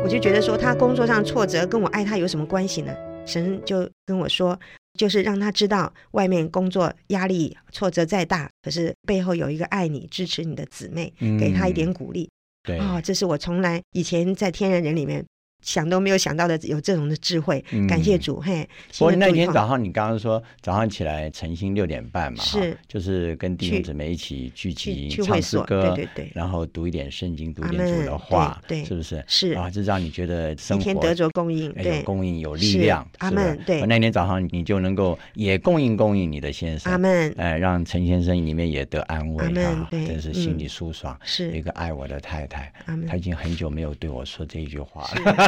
[SPEAKER 3] 我就觉得说，他工作上挫折跟我爱他有什么关系呢？神就跟我说，就是让他知道，外面工作压力、挫折再大，可是背后有一个爱你、支持你的姊妹，啊给他一点鼓励。
[SPEAKER 2] 嗯对，
[SPEAKER 3] 哦，这是我从来以前在天然人里面想都没有想到的有这种的智慧，
[SPEAKER 2] 嗯
[SPEAKER 3] 感谢主嘿！
[SPEAKER 2] 所以
[SPEAKER 3] 信了
[SPEAKER 2] 那
[SPEAKER 3] 主以
[SPEAKER 2] 天
[SPEAKER 3] 后
[SPEAKER 2] 早上，你刚刚说早上起来晨兴六点半嘛，哈
[SPEAKER 3] 是
[SPEAKER 2] 就是跟弟
[SPEAKER 3] 去
[SPEAKER 2] 兄姊妹一起聚集
[SPEAKER 3] 去去
[SPEAKER 2] 唱
[SPEAKER 3] 会
[SPEAKER 2] 诗
[SPEAKER 3] 所，
[SPEAKER 2] 歌，
[SPEAKER 3] 对对对，
[SPEAKER 2] 然后读一点圣经，读一
[SPEAKER 3] 阿
[SPEAKER 2] 点主
[SPEAKER 3] 门
[SPEAKER 2] 的话，
[SPEAKER 3] 对对
[SPEAKER 2] 是不是？
[SPEAKER 3] 是
[SPEAKER 2] 啊，这让你觉得
[SPEAKER 3] 一
[SPEAKER 2] 生
[SPEAKER 3] 天
[SPEAKER 2] 活
[SPEAKER 3] 得着供应，
[SPEAKER 2] 哎
[SPEAKER 3] 对
[SPEAKER 2] 有，供应，有力
[SPEAKER 3] 是
[SPEAKER 2] 量，
[SPEAKER 3] 阿
[SPEAKER 2] 是不是
[SPEAKER 3] 门对
[SPEAKER 2] 啊那天早上你就能够也供应供应你的先生，
[SPEAKER 3] 阿门
[SPEAKER 2] 哎，让陈先生里面也得安慰
[SPEAKER 3] 阿门
[SPEAKER 2] 啊，
[SPEAKER 3] 对嗯
[SPEAKER 2] 真是心里舒爽。有一
[SPEAKER 3] 是
[SPEAKER 2] 个爱我的太太，
[SPEAKER 3] 阿门
[SPEAKER 2] 她已经很久没有对我说这一句话
[SPEAKER 3] 是
[SPEAKER 2] 了。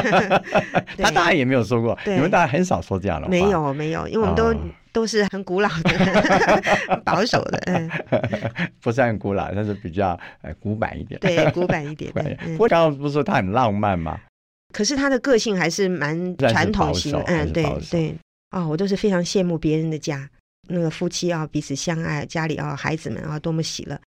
[SPEAKER 2] 她当然也没有说过，
[SPEAKER 3] 对
[SPEAKER 2] 你们当然很少说这样的话。
[SPEAKER 3] 没有没有，因为我们都、
[SPEAKER 2] 哦
[SPEAKER 3] 都是很古老的、 保守的，嗯，
[SPEAKER 2] 不算古老，但是比较呃古板一点。
[SPEAKER 3] 对，古板一点啊
[SPEAKER 2] 古板一
[SPEAKER 3] 的
[SPEAKER 2] 点。，
[SPEAKER 3] 嗯
[SPEAKER 2] 不过刚刚不是说他很浪漫吗？
[SPEAKER 3] 可是他的个性还是蛮
[SPEAKER 2] 算是
[SPEAKER 3] 传统
[SPEAKER 2] 保
[SPEAKER 3] 型
[SPEAKER 2] 守
[SPEAKER 3] 的，
[SPEAKER 2] 还
[SPEAKER 3] 嗯，
[SPEAKER 2] 是
[SPEAKER 3] 对
[SPEAKER 2] 保守
[SPEAKER 3] 对，啊、我都是非常羡慕别人的家，那个夫妻啊彼此相爱，家里啊孩子们啊多么喜乐，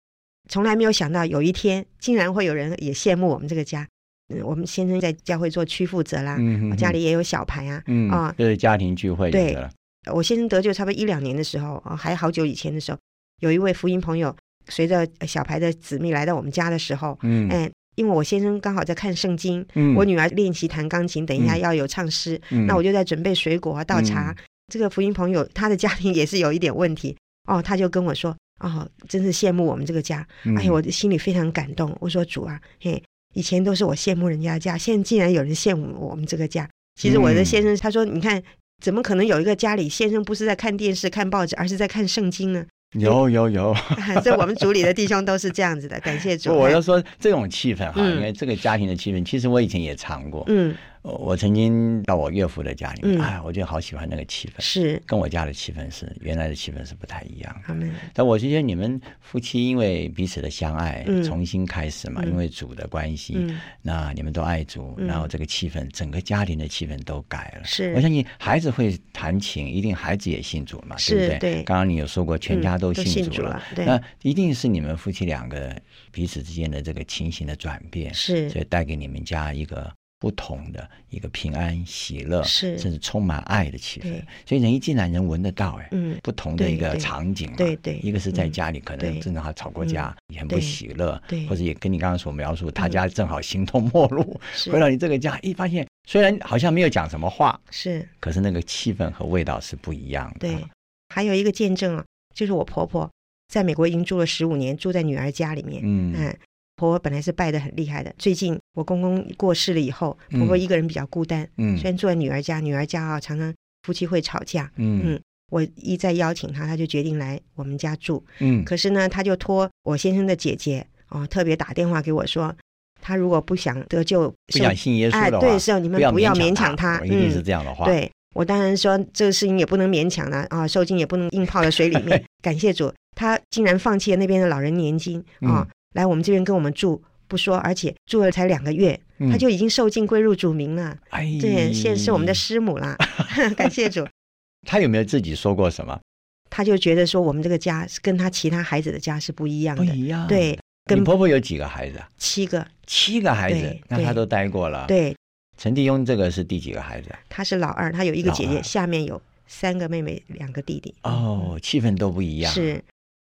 [SPEAKER 3] 从来没有想到有一天竟然会有人也羡慕我们这个家。嗯，我们先生在教会做区负责啦，
[SPEAKER 2] 嗯哼哼
[SPEAKER 3] 家里也有小牌啊，
[SPEAKER 2] 嗯
[SPEAKER 3] 啊
[SPEAKER 2] 这是家庭聚会
[SPEAKER 3] 对
[SPEAKER 2] 有的了，
[SPEAKER 3] 我先生得救差不多一两年的时候啊，还好久以前的时候，有一位福音朋友随着小牌的姊妹来到我们家的时候，
[SPEAKER 2] 嗯
[SPEAKER 3] 哎，因为我先生刚好在看圣经，
[SPEAKER 2] 嗯
[SPEAKER 3] 我女儿练习弹钢琴，等一下
[SPEAKER 2] 嗯
[SPEAKER 3] 要有唱诗，
[SPEAKER 2] 嗯
[SPEAKER 3] 那我就在准备水果啊、倒茶。
[SPEAKER 2] 嗯
[SPEAKER 3] 这个福音朋友他的家庭也是有一点问题哦，他就跟我说：“哦，真是羡慕我们这个家。”
[SPEAKER 2] 嗯
[SPEAKER 3] 哎呀，我的心里非常感动。我说：“主啊，嘿，以前都是我羡慕人家的家，现在竟然有人羡慕我们这个家。”其实我的
[SPEAKER 2] 嗯
[SPEAKER 3] 先生他说：“你看，怎么可能有一个家里先生不是在看电视、看报纸，而是在看圣经呢
[SPEAKER 2] 有有有，？”
[SPEAKER 3] 这我们组里的弟兄都是这样子的，感谢 主。
[SPEAKER 2] 我
[SPEAKER 3] 哎
[SPEAKER 2] 要说这种气氛哈，
[SPEAKER 3] 嗯
[SPEAKER 2] 因为这个家庭的气氛，其实我以前也尝过。
[SPEAKER 3] 嗯，
[SPEAKER 2] 我我曾经到我岳父的家里面，
[SPEAKER 3] 嗯
[SPEAKER 2] 哎，我就好喜欢那个气氛，
[SPEAKER 3] 是
[SPEAKER 2] 跟我家的气氛是原来的气氛是不太一样的。
[SPEAKER 3] 他们
[SPEAKER 2] 但我觉得你们夫妻因为彼此的相爱，
[SPEAKER 3] 嗯
[SPEAKER 2] 重新开始嘛，
[SPEAKER 3] 嗯
[SPEAKER 2] 因为主的关系，
[SPEAKER 3] 嗯
[SPEAKER 2] 那你们都爱主，
[SPEAKER 3] 嗯
[SPEAKER 2] 然后这个气氛，整个家庭的气氛都改了。
[SPEAKER 3] 是
[SPEAKER 2] 我相信孩子会弹琴，一定孩子也信主嘛，
[SPEAKER 3] 是
[SPEAKER 2] 对不对？
[SPEAKER 3] 对
[SPEAKER 2] 刚刚你有说过，全家都
[SPEAKER 3] 嗯都
[SPEAKER 2] 信
[SPEAKER 3] 信主
[SPEAKER 2] 了
[SPEAKER 3] 了，对
[SPEAKER 2] 那一定是你们夫妻两个彼此之间的这个情形的转变，
[SPEAKER 3] 是
[SPEAKER 2] 所以带给你们家一个。不同的一个平安、喜乐，
[SPEAKER 3] 是
[SPEAKER 2] 甚至充满爱的气氛
[SPEAKER 3] 对，
[SPEAKER 2] 所以人一进来，人闻得到，哎，
[SPEAKER 3] 嗯
[SPEAKER 2] 不同的一
[SPEAKER 3] 对
[SPEAKER 2] 个
[SPEAKER 3] 对
[SPEAKER 2] 场景嘛，
[SPEAKER 3] 对对
[SPEAKER 2] 一个是在
[SPEAKER 3] 嗯
[SPEAKER 2] 家里可能
[SPEAKER 3] 对嗯
[SPEAKER 2] 正好吵过架，也很不
[SPEAKER 3] 对
[SPEAKER 2] 喜乐，
[SPEAKER 3] 对嗯
[SPEAKER 2] 或者也跟你刚刚所描述，他家正好形同陌路，
[SPEAKER 3] 是
[SPEAKER 2] 回到你这个家，一发现虽然好像没有讲什么话，
[SPEAKER 3] 是
[SPEAKER 2] 可是那个气氛和味道是不一样的。
[SPEAKER 3] 对，还有一个见证啊，就是我婆婆在美国已经住了十五年，住在女儿家里面。
[SPEAKER 2] 嗯
[SPEAKER 3] 嗯，婆婆本来是拜的很厉害的，最近我公公过世了以后，
[SPEAKER 2] 嗯
[SPEAKER 3] 婆婆一个人比较孤单，
[SPEAKER 2] 嗯
[SPEAKER 3] 虽然住在女儿家，女儿家啊常常夫妻会吵架。
[SPEAKER 2] 嗯
[SPEAKER 3] 嗯，我一再邀请她，她就决定来我们家住。
[SPEAKER 2] 嗯，
[SPEAKER 3] 可是呢，她就托我先生的姐姐哦，特别打电话给我说，她如果不想得救，
[SPEAKER 2] 不想信耶稣
[SPEAKER 3] 哎，
[SPEAKER 2] 的话，
[SPEAKER 3] 对，是哦你们
[SPEAKER 2] 不
[SPEAKER 3] 不要勉
[SPEAKER 2] 勉
[SPEAKER 3] 强
[SPEAKER 2] 他，
[SPEAKER 3] 她
[SPEAKER 2] 我一定是
[SPEAKER 3] 嗯
[SPEAKER 2] 这样的话。，
[SPEAKER 3] 对我当然说这个事情也不能勉强了啊，受精也不能硬泡在水里 面。感谢主，他竟然放弃了那边的老人年金啊，
[SPEAKER 2] 嗯
[SPEAKER 3] 来我们这边跟我们住。不说，而且住了才两个月，
[SPEAKER 2] 嗯
[SPEAKER 3] 他就已经受尽归入主名了。
[SPEAKER 2] 哎，
[SPEAKER 3] 对，现在是我们的师母 啦，感谢主。
[SPEAKER 2] 他有没有自己说过什么？
[SPEAKER 3] 他就觉得说我们这个家是跟他其他孩子的家是不一样
[SPEAKER 2] 不
[SPEAKER 3] 的。
[SPEAKER 2] 一样。，
[SPEAKER 3] 对，
[SPEAKER 2] 你
[SPEAKER 3] 跟
[SPEAKER 2] 婆婆有几个孩子哎啊？
[SPEAKER 3] 七个，
[SPEAKER 2] 七个孩子
[SPEAKER 3] 对，
[SPEAKER 2] 那她
[SPEAKER 3] 对
[SPEAKER 2] 都待过了。，
[SPEAKER 3] 对，
[SPEAKER 2] 陈弟兄这个是第几个孩子啊？
[SPEAKER 3] 他是老二，他有一个
[SPEAKER 2] 老
[SPEAKER 3] 姐姐，
[SPEAKER 2] 二
[SPEAKER 3] 下面有三个妹妹，两个弟弟。嗯
[SPEAKER 2] 哦，气氛都不一样。
[SPEAKER 3] 是，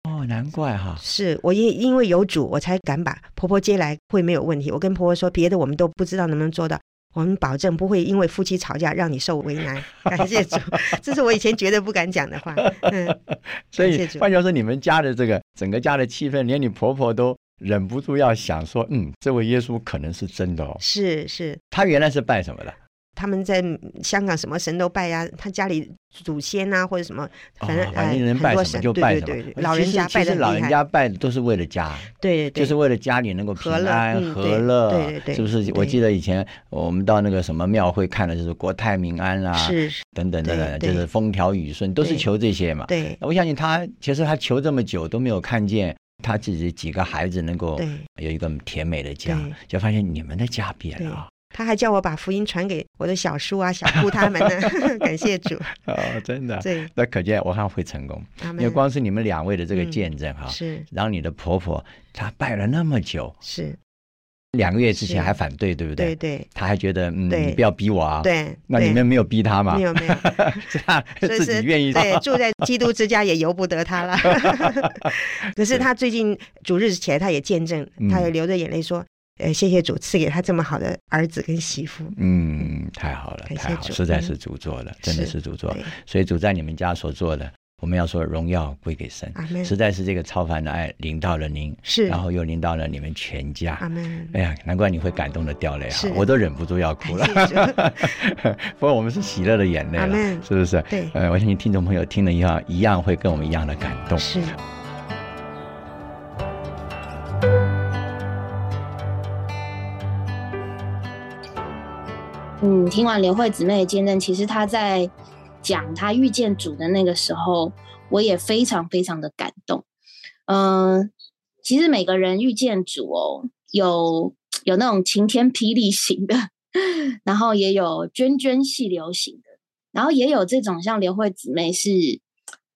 [SPEAKER 2] 哦，难怪哈。
[SPEAKER 3] 是我也因为有主，我才敢把婆婆接来会没有问题。我跟婆婆说，别的我们都不知道能不能做到，我们保证不会因为夫妻吵架让你受为难。 感谢主，这是我以前绝对不敢讲的话。嗯，
[SPEAKER 2] 所以
[SPEAKER 3] 感谢，主
[SPEAKER 2] 换句话说，你们家的这个整个家的气氛，连你婆婆都忍不住要想说，嗯，这位耶稣可能是真的哦。
[SPEAKER 3] 是是，
[SPEAKER 2] 他原来是拜什么的？
[SPEAKER 3] 他们在香港什么神都拜呀、他家里祖先啊或者什么，反正、
[SPEAKER 2] 哦、
[SPEAKER 3] 哎
[SPEAKER 2] 反正能
[SPEAKER 3] 很
[SPEAKER 2] 拜
[SPEAKER 3] 多
[SPEAKER 2] 什么
[SPEAKER 3] 神，
[SPEAKER 2] 就
[SPEAKER 3] 对
[SPEAKER 2] 拜
[SPEAKER 3] 对
[SPEAKER 2] 什么。哎
[SPEAKER 3] 对对
[SPEAKER 2] 其实
[SPEAKER 3] 老人家
[SPEAKER 2] 其
[SPEAKER 3] 拜
[SPEAKER 2] 实
[SPEAKER 3] 的
[SPEAKER 2] 老
[SPEAKER 3] 很厉
[SPEAKER 2] 人
[SPEAKER 3] 害，
[SPEAKER 2] 家拜的都是为了家。
[SPEAKER 3] 对对对，
[SPEAKER 2] 就是为了家里能够平
[SPEAKER 3] 和乐
[SPEAKER 2] 安
[SPEAKER 3] 嗯
[SPEAKER 2] 和
[SPEAKER 3] 对
[SPEAKER 2] 乐，
[SPEAKER 3] 对对对
[SPEAKER 2] 是不是？我
[SPEAKER 3] 对
[SPEAKER 2] 记得以前我们到那个什么庙会看的就是国泰民安啊，
[SPEAKER 3] 是是
[SPEAKER 2] 等等等等，
[SPEAKER 3] 对
[SPEAKER 2] 就
[SPEAKER 3] 对
[SPEAKER 2] 是风调雨顺，都是
[SPEAKER 3] 对
[SPEAKER 2] 求这些嘛。
[SPEAKER 3] 对
[SPEAKER 2] 我相信他，其实他求这么久都没有看见他自己几个孩子能够
[SPEAKER 3] 对
[SPEAKER 2] 有一个甜美的家
[SPEAKER 3] 对，
[SPEAKER 2] 就发现你们的家变了啊！
[SPEAKER 3] 他还叫我把福音传给我的小叔啊、小姑他们呢， 感谢主，
[SPEAKER 2] 哦，真的。
[SPEAKER 3] 对，
[SPEAKER 2] 那可见我看会成功，
[SPEAKER 3] 他
[SPEAKER 2] 因
[SPEAKER 3] 们
[SPEAKER 2] 为光是你们两位的这个
[SPEAKER 3] 嗯
[SPEAKER 2] 见证哈，
[SPEAKER 3] 是
[SPEAKER 2] 然后你的婆婆她拜了那么久，
[SPEAKER 3] 是，
[SPEAKER 2] 两个月之前
[SPEAKER 3] 是
[SPEAKER 2] 还反对，对不
[SPEAKER 3] 对？对
[SPEAKER 2] 她还觉得嗯，
[SPEAKER 3] 对
[SPEAKER 2] 你不要逼我啊。。
[SPEAKER 3] 对。
[SPEAKER 2] 那你
[SPEAKER 3] 对
[SPEAKER 2] 们没有逼她嘛
[SPEAKER 3] 没？有没有，
[SPEAKER 2] 是她
[SPEAKER 3] 所 以
[SPEAKER 2] 自
[SPEAKER 3] 是
[SPEAKER 2] 己愿意
[SPEAKER 3] 对，住在基督之家也由不得 他了。可是他最近主日起来，他也见证
[SPEAKER 2] 嗯，
[SPEAKER 3] 他也流着眼泪说：“呃，谢谢主赐给他这么好的儿子跟媳妇。
[SPEAKER 2] 嗯，太好了，
[SPEAKER 3] 感谢
[SPEAKER 2] 太好了，
[SPEAKER 3] 主嗯
[SPEAKER 2] 实在是主做的，真的
[SPEAKER 3] 是
[SPEAKER 2] 是主”做。
[SPEAKER 3] 对，
[SPEAKER 2] 所以主在你们家所做的，我们要说荣耀归给神，
[SPEAKER 3] 阿门
[SPEAKER 2] 实在是这个超凡的爱临到了您，
[SPEAKER 3] 嗯是
[SPEAKER 2] 然后又临到了你们全家。
[SPEAKER 3] 阿门
[SPEAKER 2] 哎。呀，难怪你会感动的掉泪啊
[SPEAKER 3] 是！
[SPEAKER 2] 我都忍不住要哭了
[SPEAKER 3] 感谢。
[SPEAKER 2] 不过我们是喜乐的眼泪
[SPEAKER 3] 阿
[SPEAKER 2] 了，
[SPEAKER 3] 们
[SPEAKER 2] 是不是？
[SPEAKER 3] 对
[SPEAKER 2] 呃，我相信听众朋友听了以后，一样会跟我们一样的感动。
[SPEAKER 3] 是
[SPEAKER 1] 嗯，听完刘慧姊妹的见证，其实她在讲她遇见主的那个时候，我也非常非常的感动。嗯、其实每个人遇见主哦，有有那种晴天霹雳型的， 然后也有涓涓细流型的，然后也有这种像刘慧姊妹是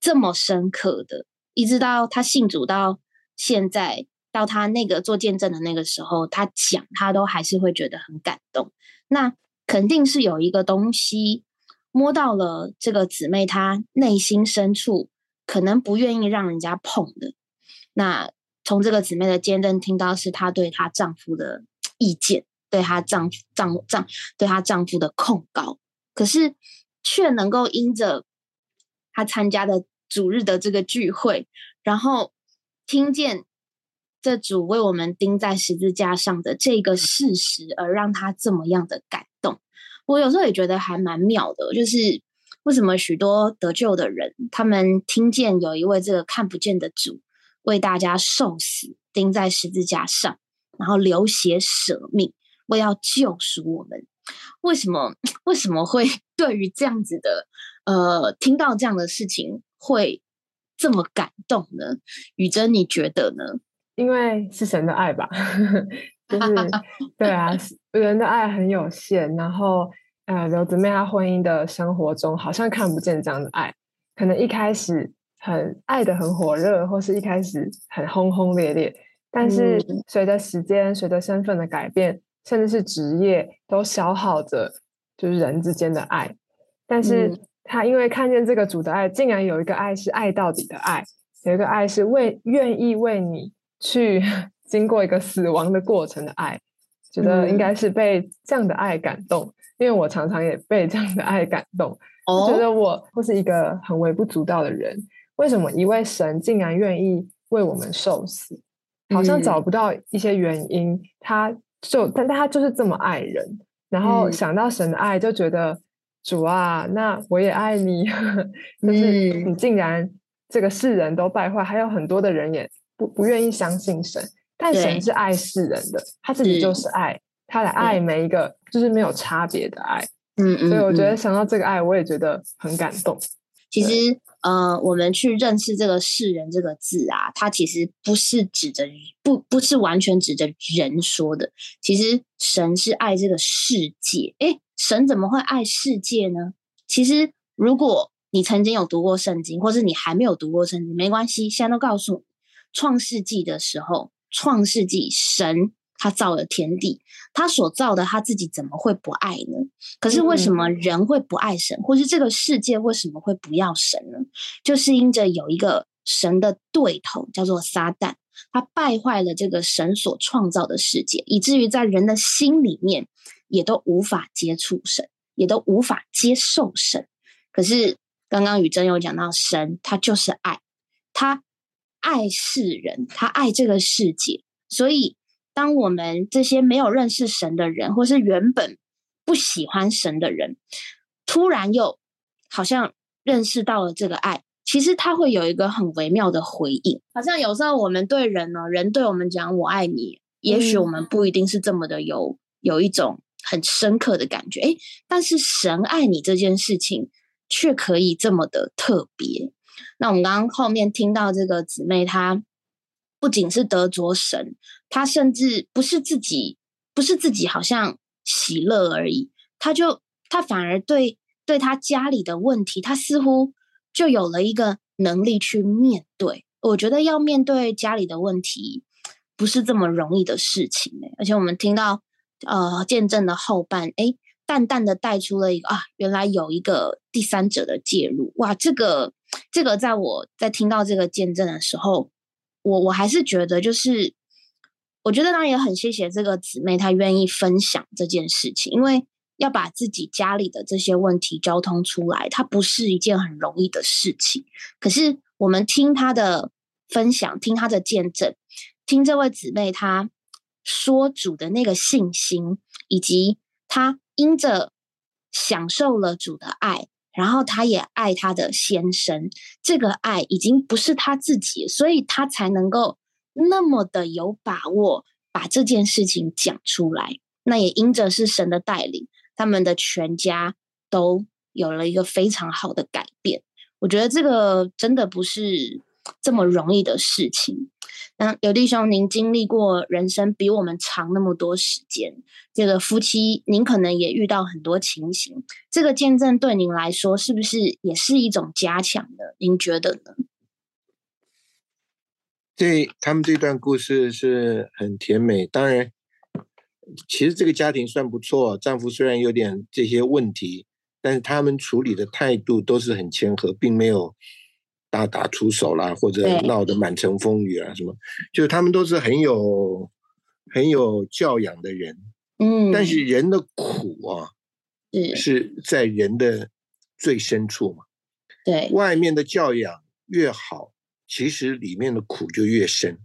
[SPEAKER 1] 这么深刻的，一直到她信主到现在，到她那个做见证的那个时候，她讲她都还是会觉得很感动。那肯定是有一个东西摸到了这个姊妹她内心深处可能不愿意让人家碰的。那从这个姊妹的见证听到是她对她丈夫的意见，对她丈夫丈丈对她丈夫的控告，可是却能够因着她参加的主日的这个聚会，然后听见这主为我们钉在十字架上的这个事实，而让她这么样的感动。我有时候也觉得还蛮妙的，就是为什么许多得救的人，他们听见有一位这个看不见的主。为大家受死，钉在十字架上，然后流血舍命，为要救赎我们。为什么？ 为什么会对于这样子的，呃，听到这样的事情会这么感动呢？雨珍，你觉得呢？
[SPEAKER 4] 因为是神的爱吧， 就是对啊，人的爱很有限。然后，呃，刘姊妹她婚姻的生活中好像看不见这样的爱，可能一开始。很爱的很火热，或是一开始很轰轰烈烈，但是随着时间、随着身份的改变，甚至是职业，都消耗着就是人之间的爱。但是他因为看见这个主的爱，竟然有一个爱是爱到底的爱，有一个爱是为愿意为你去 经过一个死亡的过程的爱，觉得应该是被这样的爱感动。因为我常常也被这样的爱感动，
[SPEAKER 1] 哦
[SPEAKER 4] 觉得我不是一个很微不足道的人。为什么一位神竟然愿意为我们受死？好像
[SPEAKER 1] 嗯
[SPEAKER 4] 找不到一些原因，他就但但他就是这么爱人，然后
[SPEAKER 1] 嗯
[SPEAKER 4] 想到神的爱，就觉得、主啊，那我也爱你， 就是
[SPEAKER 1] 嗯
[SPEAKER 4] 你竟然这个世人都败坏，还有很多的人也不不愿意相信神，但
[SPEAKER 1] 对
[SPEAKER 4] 神是爱世人的，他自己
[SPEAKER 1] 是
[SPEAKER 4] 就是爱，他来爱每一个，就是没有差别的爱，
[SPEAKER 1] 嗯嗯
[SPEAKER 4] 所以我觉
[SPEAKER 1] 嗯
[SPEAKER 4] 得想到这个爱，我也觉得很感动。
[SPEAKER 1] 其实，呃，我们去认识这个“世人”这个字啊，它其实不是指着不不是完全指着人说的。其实，神是爱这个世界。诶，神怎么会爱世界呢？其实，如果你曾经有读过圣经，或是你还没有读过圣经，没关系，现在都告诉你，创世纪的时候，创世纪神他造了天地，他所造的他自己怎么会不爱呢？可是为什
[SPEAKER 4] 嗯
[SPEAKER 1] 么人会不爱神，或是这个世界为什么会不要神呢？就是因着有一个神的对头叫做撒旦，他败坏了这个神所创造的世界，以至于在人的心里面也都无法接触神，也都无法接受神。可是刚刚雨珍有讲到，神他就是爱，他爱世人，他爱这个世界，所以。当我们这些没有认识神的人，或是原本不喜欢神的人，突然又好像认识到了这个爱，其实他会有一个很微妙的回应。好像有时候我们对人呢，人对我们讲“我爱你”，也许我们不一定是这么的有有一种很深刻的感觉，诶，但是神爱你这件事情却可以这么的特别。那我们刚刚后面听到这个姊妹，她不仅是得着神，她甚至不是自己不是自己好像喜乐而已，他就他反而对对他家里的问题，他似乎就有了一个能力去面对。我觉得要面对家里的问题，不是这么容易的事情、欸、而且我们听到呃见证的后半，诶，淡淡的带出了一个啊，原来有一个第三者的介入，哇，这个这个在我在听到这个见证的时候，我我还是觉得就是，我觉得当然也很谢谢这个姊妹她愿意分享这件事情，因为要把自己家里的这些问题交通出来，它不是一件很容易的事情。可是我们听她的分享，听她的见证，听这位姊妹她说主的那个信心，以及她因着享受了主的爱，然后她也爱她的先生，这个爱已经不是她自己，所以她才能够那么的有把握把这件事情讲出来。那也因着是神的带领，他们的全家都有了一个非常好的改变。我觉得这个真的不是这么容易的事情。那刘弟兄，您经历过人生比我们长那么多时间，这个夫妻，您可能也遇到很多情形，这个见证对您来说是不是也是一种加强呢？您觉得呢？
[SPEAKER 5] 对他们这段故事是很甜美，当然，其实这个家庭算不错，丈夫虽然有点这些问题，但是他们处理的态度都是很谦和，并没有大打出手啦，或者
[SPEAKER 1] 对
[SPEAKER 5] 闹得满城风雨啊什么，就是他们都是很有很有教养的人，
[SPEAKER 1] 嗯，
[SPEAKER 5] 但是人的苦啊，
[SPEAKER 1] 是
[SPEAKER 5] 是在人的最深处嘛。
[SPEAKER 1] 对
[SPEAKER 5] 外面的教养越好，其实里面的苦就越深，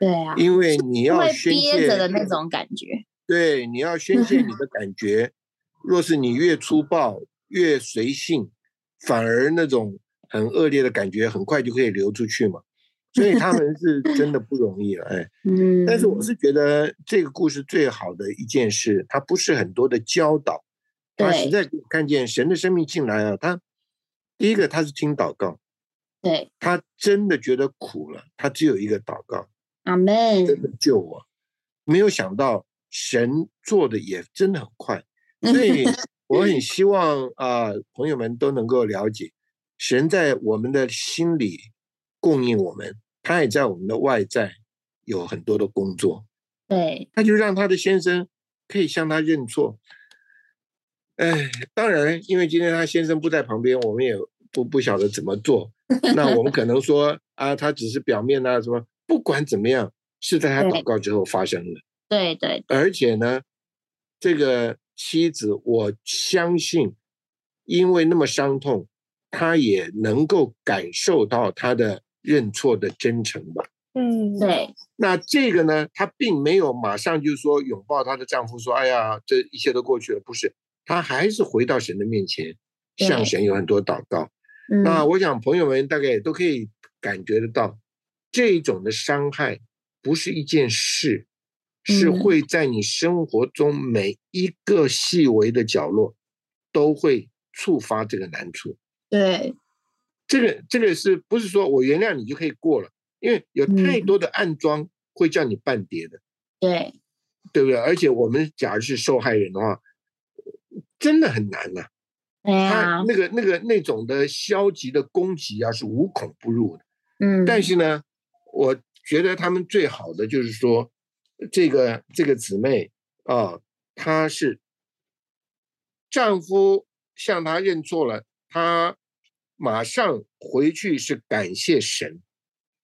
[SPEAKER 1] 对啊，
[SPEAKER 5] 因为你要
[SPEAKER 1] 会
[SPEAKER 5] 宣
[SPEAKER 1] 憋
[SPEAKER 5] 泄
[SPEAKER 1] 着的那，种感觉，
[SPEAKER 5] 对，你要宣泄 你的感觉。若是你越粗暴、越随性，反而那种很恶劣的感觉很快就可以流出去嘛。所以他们是真的不容易了， 哎。
[SPEAKER 1] 嗯，
[SPEAKER 5] 但是我是觉得这个故事最好的一件事，它不是很多的教导，它
[SPEAKER 1] 对
[SPEAKER 5] 实在看见神的生命进来啊。他第一个他是听祷告，
[SPEAKER 1] 对
[SPEAKER 5] 他真的觉得苦了，他只有一个祷告，
[SPEAKER 1] 阿门，
[SPEAKER 5] 真的救我。没有想到神做的也真的很快，所以我很希望啊、朋友们都能够了解，神在我们的心里供应我们，他也在我们的外在有很多的工作。
[SPEAKER 1] 对
[SPEAKER 5] 他就让他的先生可以向他认错。哎，当然，因为今天他先生不在旁边，我们也不不晓得怎么做。那我们可能说啊，他只是表面啊什么，不管怎么样，是在他
[SPEAKER 1] 对
[SPEAKER 5] 祷告之后发生的。
[SPEAKER 1] 对对，
[SPEAKER 5] 而且呢，这个妻子，我相信，因为那么伤痛，他也能够感受到他的认错的真诚吧。
[SPEAKER 4] 嗯，
[SPEAKER 1] 对
[SPEAKER 5] 那这个呢，她并没有马上就说拥抱她的丈夫说：“哎呀，这一切都过去了。”不是，她还是回到神的面前，
[SPEAKER 1] 对
[SPEAKER 5] 向神有很多祷告。
[SPEAKER 1] 嗯，
[SPEAKER 5] 那我想朋友们大概也都可以感觉得到，这一种的伤害不是一件事，是
[SPEAKER 1] 嗯
[SPEAKER 5] 会在你生活中每一个细微的角落都会触发这个难处。
[SPEAKER 1] 对
[SPEAKER 5] 这个这个是不是说我原谅你就可以过了？因为有太
[SPEAKER 1] 嗯
[SPEAKER 5] 多的暗桩会叫你半跌的。
[SPEAKER 1] 对
[SPEAKER 5] 对不对？而且我们假如是受害人的话，真的很难呐、
[SPEAKER 1] 对
[SPEAKER 5] 他
[SPEAKER 1] 啊，
[SPEAKER 5] 那个那个那种的消极的攻击啊，是无孔不入的。
[SPEAKER 1] 嗯，
[SPEAKER 5] 但是呢，我觉得他们最好的就是说，这个这个姊妹啊，她是丈夫向她认错了，她马上回去是感谢神，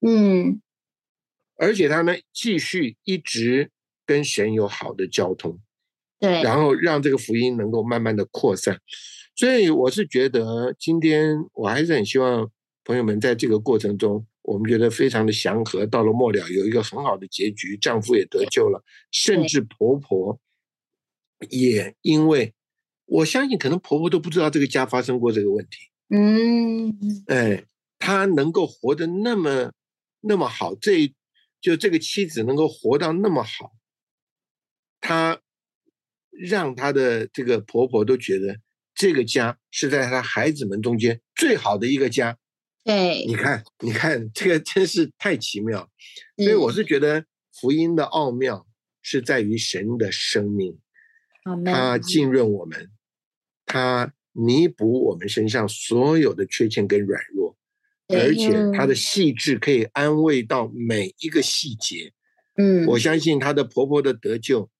[SPEAKER 1] 嗯
[SPEAKER 5] 而且她呢继续一直跟神有好的交通。
[SPEAKER 1] 对
[SPEAKER 5] 然后让这个福音能够慢慢的扩散。所以我是觉得，今天我还是很希望朋友们在这个过程中，我们觉得非常的祥和，到了末了有一个很好的结局，丈夫也得救了，甚至婆婆也因为我相信，可能婆婆都不知道这个家发生过这个问题，
[SPEAKER 1] 嗯
[SPEAKER 5] 哎，她能够活得那么那么好，这一就这个妻子能够活到那么好，她让她的这个婆婆都觉得这个家是在她孩子们中间最好的一个家。
[SPEAKER 1] 对
[SPEAKER 5] 你，看，你看，这个真是太奇妙。所以
[SPEAKER 1] 嗯
[SPEAKER 5] 我是觉得福音的奥妙是在于神的生命，
[SPEAKER 1] 阿门，
[SPEAKER 5] 它浸润我们，它弥补我们身上所有的缺陷跟软弱。
[SPEAKER 1] 对
[SPEAKER 5] 而且它的
[SPEAKER 1] 嗯
[SPEAKER 5] 细致可以安慰到每一个细节。
[SPEAKER 1] 嗯，
[SPEAKER 5] 我相信她的婆婆的得救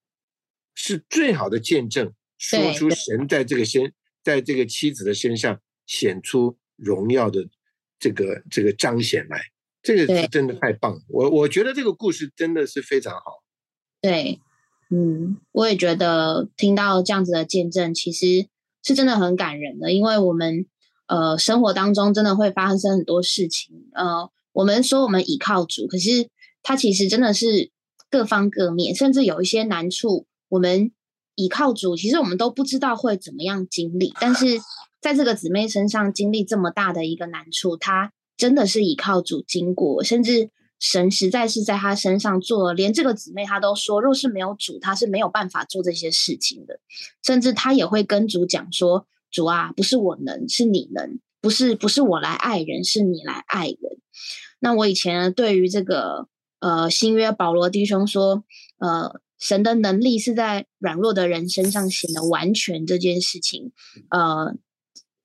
[SPEAKER 5] 是最好的见证，说
[SPEAKER 1] 对
[SPEAKER 5] 出
[SPEAKER 1] 对
[SPEAKER 5] 神在这个身，在这个妻子的身上显出荣耀的这个这个彰显来。这个
[SPEAKER 1] 对
[SPEAKER 5] 是真的太棒了，我我觉得这个故事真的是非常好。
[SPEAKER 1] 对，嗯，我也觉得听到这样子的见证，其实是真的很感人的，因为我们呃生活当中真的会发生很多事情，呃，我们说我们倚靠主，可是它其实真的是各方各面，甚至有一些难处，我们倚靠主，其实我们都不知道会怎么样经历，但是在这个姊妹身上经历这么大的一个难处，她真的是倚靠主经过，甚至神实在是在她身上做了，连这个姊妹她都说，若是没有主，她是没有办法做这些事情的，甚至她也会跟主讲说：“主啊，不是我能，是你能，不是不是我来爱人，是你来爱人。”那我以前对于这个呃新约保罗弟兄说，呃，神的能力是在软弱的人身上显得完全这件事情，呃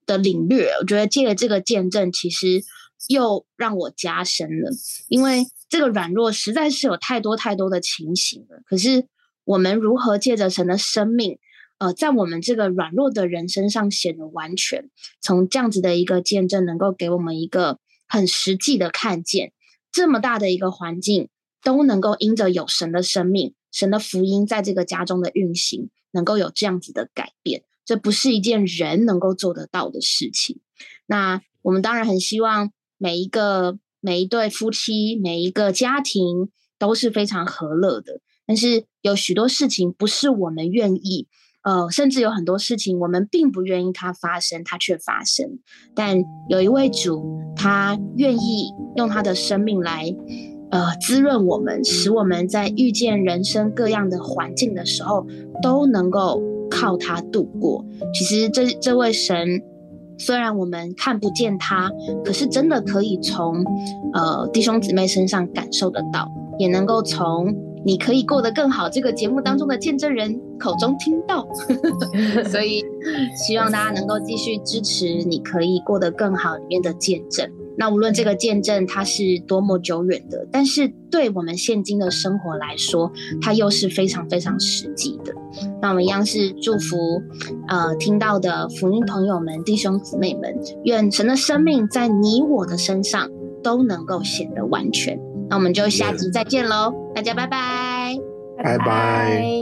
[SPEAKER 1] 的领略，我觉得借了这个见证，其实又让我加深了，因为这个软弱实在是有太多太多的情形了。可是我们如何借着神的生命？呃，在我们这个软弱的人身上显得完全，从这样子的一个见证，能够给我们一个很实际的看见，这么大的一个环境都能够因着有神的生命、神的福音在这个家中的运行，能够有这样子的改变，这不是一件人能够做得到的事情。那我们当然很希望每一个每一对夫妻、每一个家庭都是非常和乐的，但是有许多事情不是我们愿意。呃，甚至有很多事情我们并不愿意它发生，它却发生。但有一位主，他愿意用他的生命来，呃，滋润我们，使我们在遇见人生各样的环境的时候，都能够靠他度过。其实这这位神，虽然我们看不见他，可是真的可以从呃弟兄姊妹身上感受得到，也能够从。你可以过得更好。这个节目当中的见证人口中听到，所以希望大家能够继续支持《你可以过得更好》里面的见证。那无论这个见证它是多么久远的，但是对我们现今的生活来说，它又是非常非常实际的。那我们一样是祝福，呃，听到的福音朋友们、弟兄姊妹们，愿神的生命在你我的身上都能够显得完全。那我们就下集再见喽，大家拜拜，
[SPEAKER 5] 拜拜。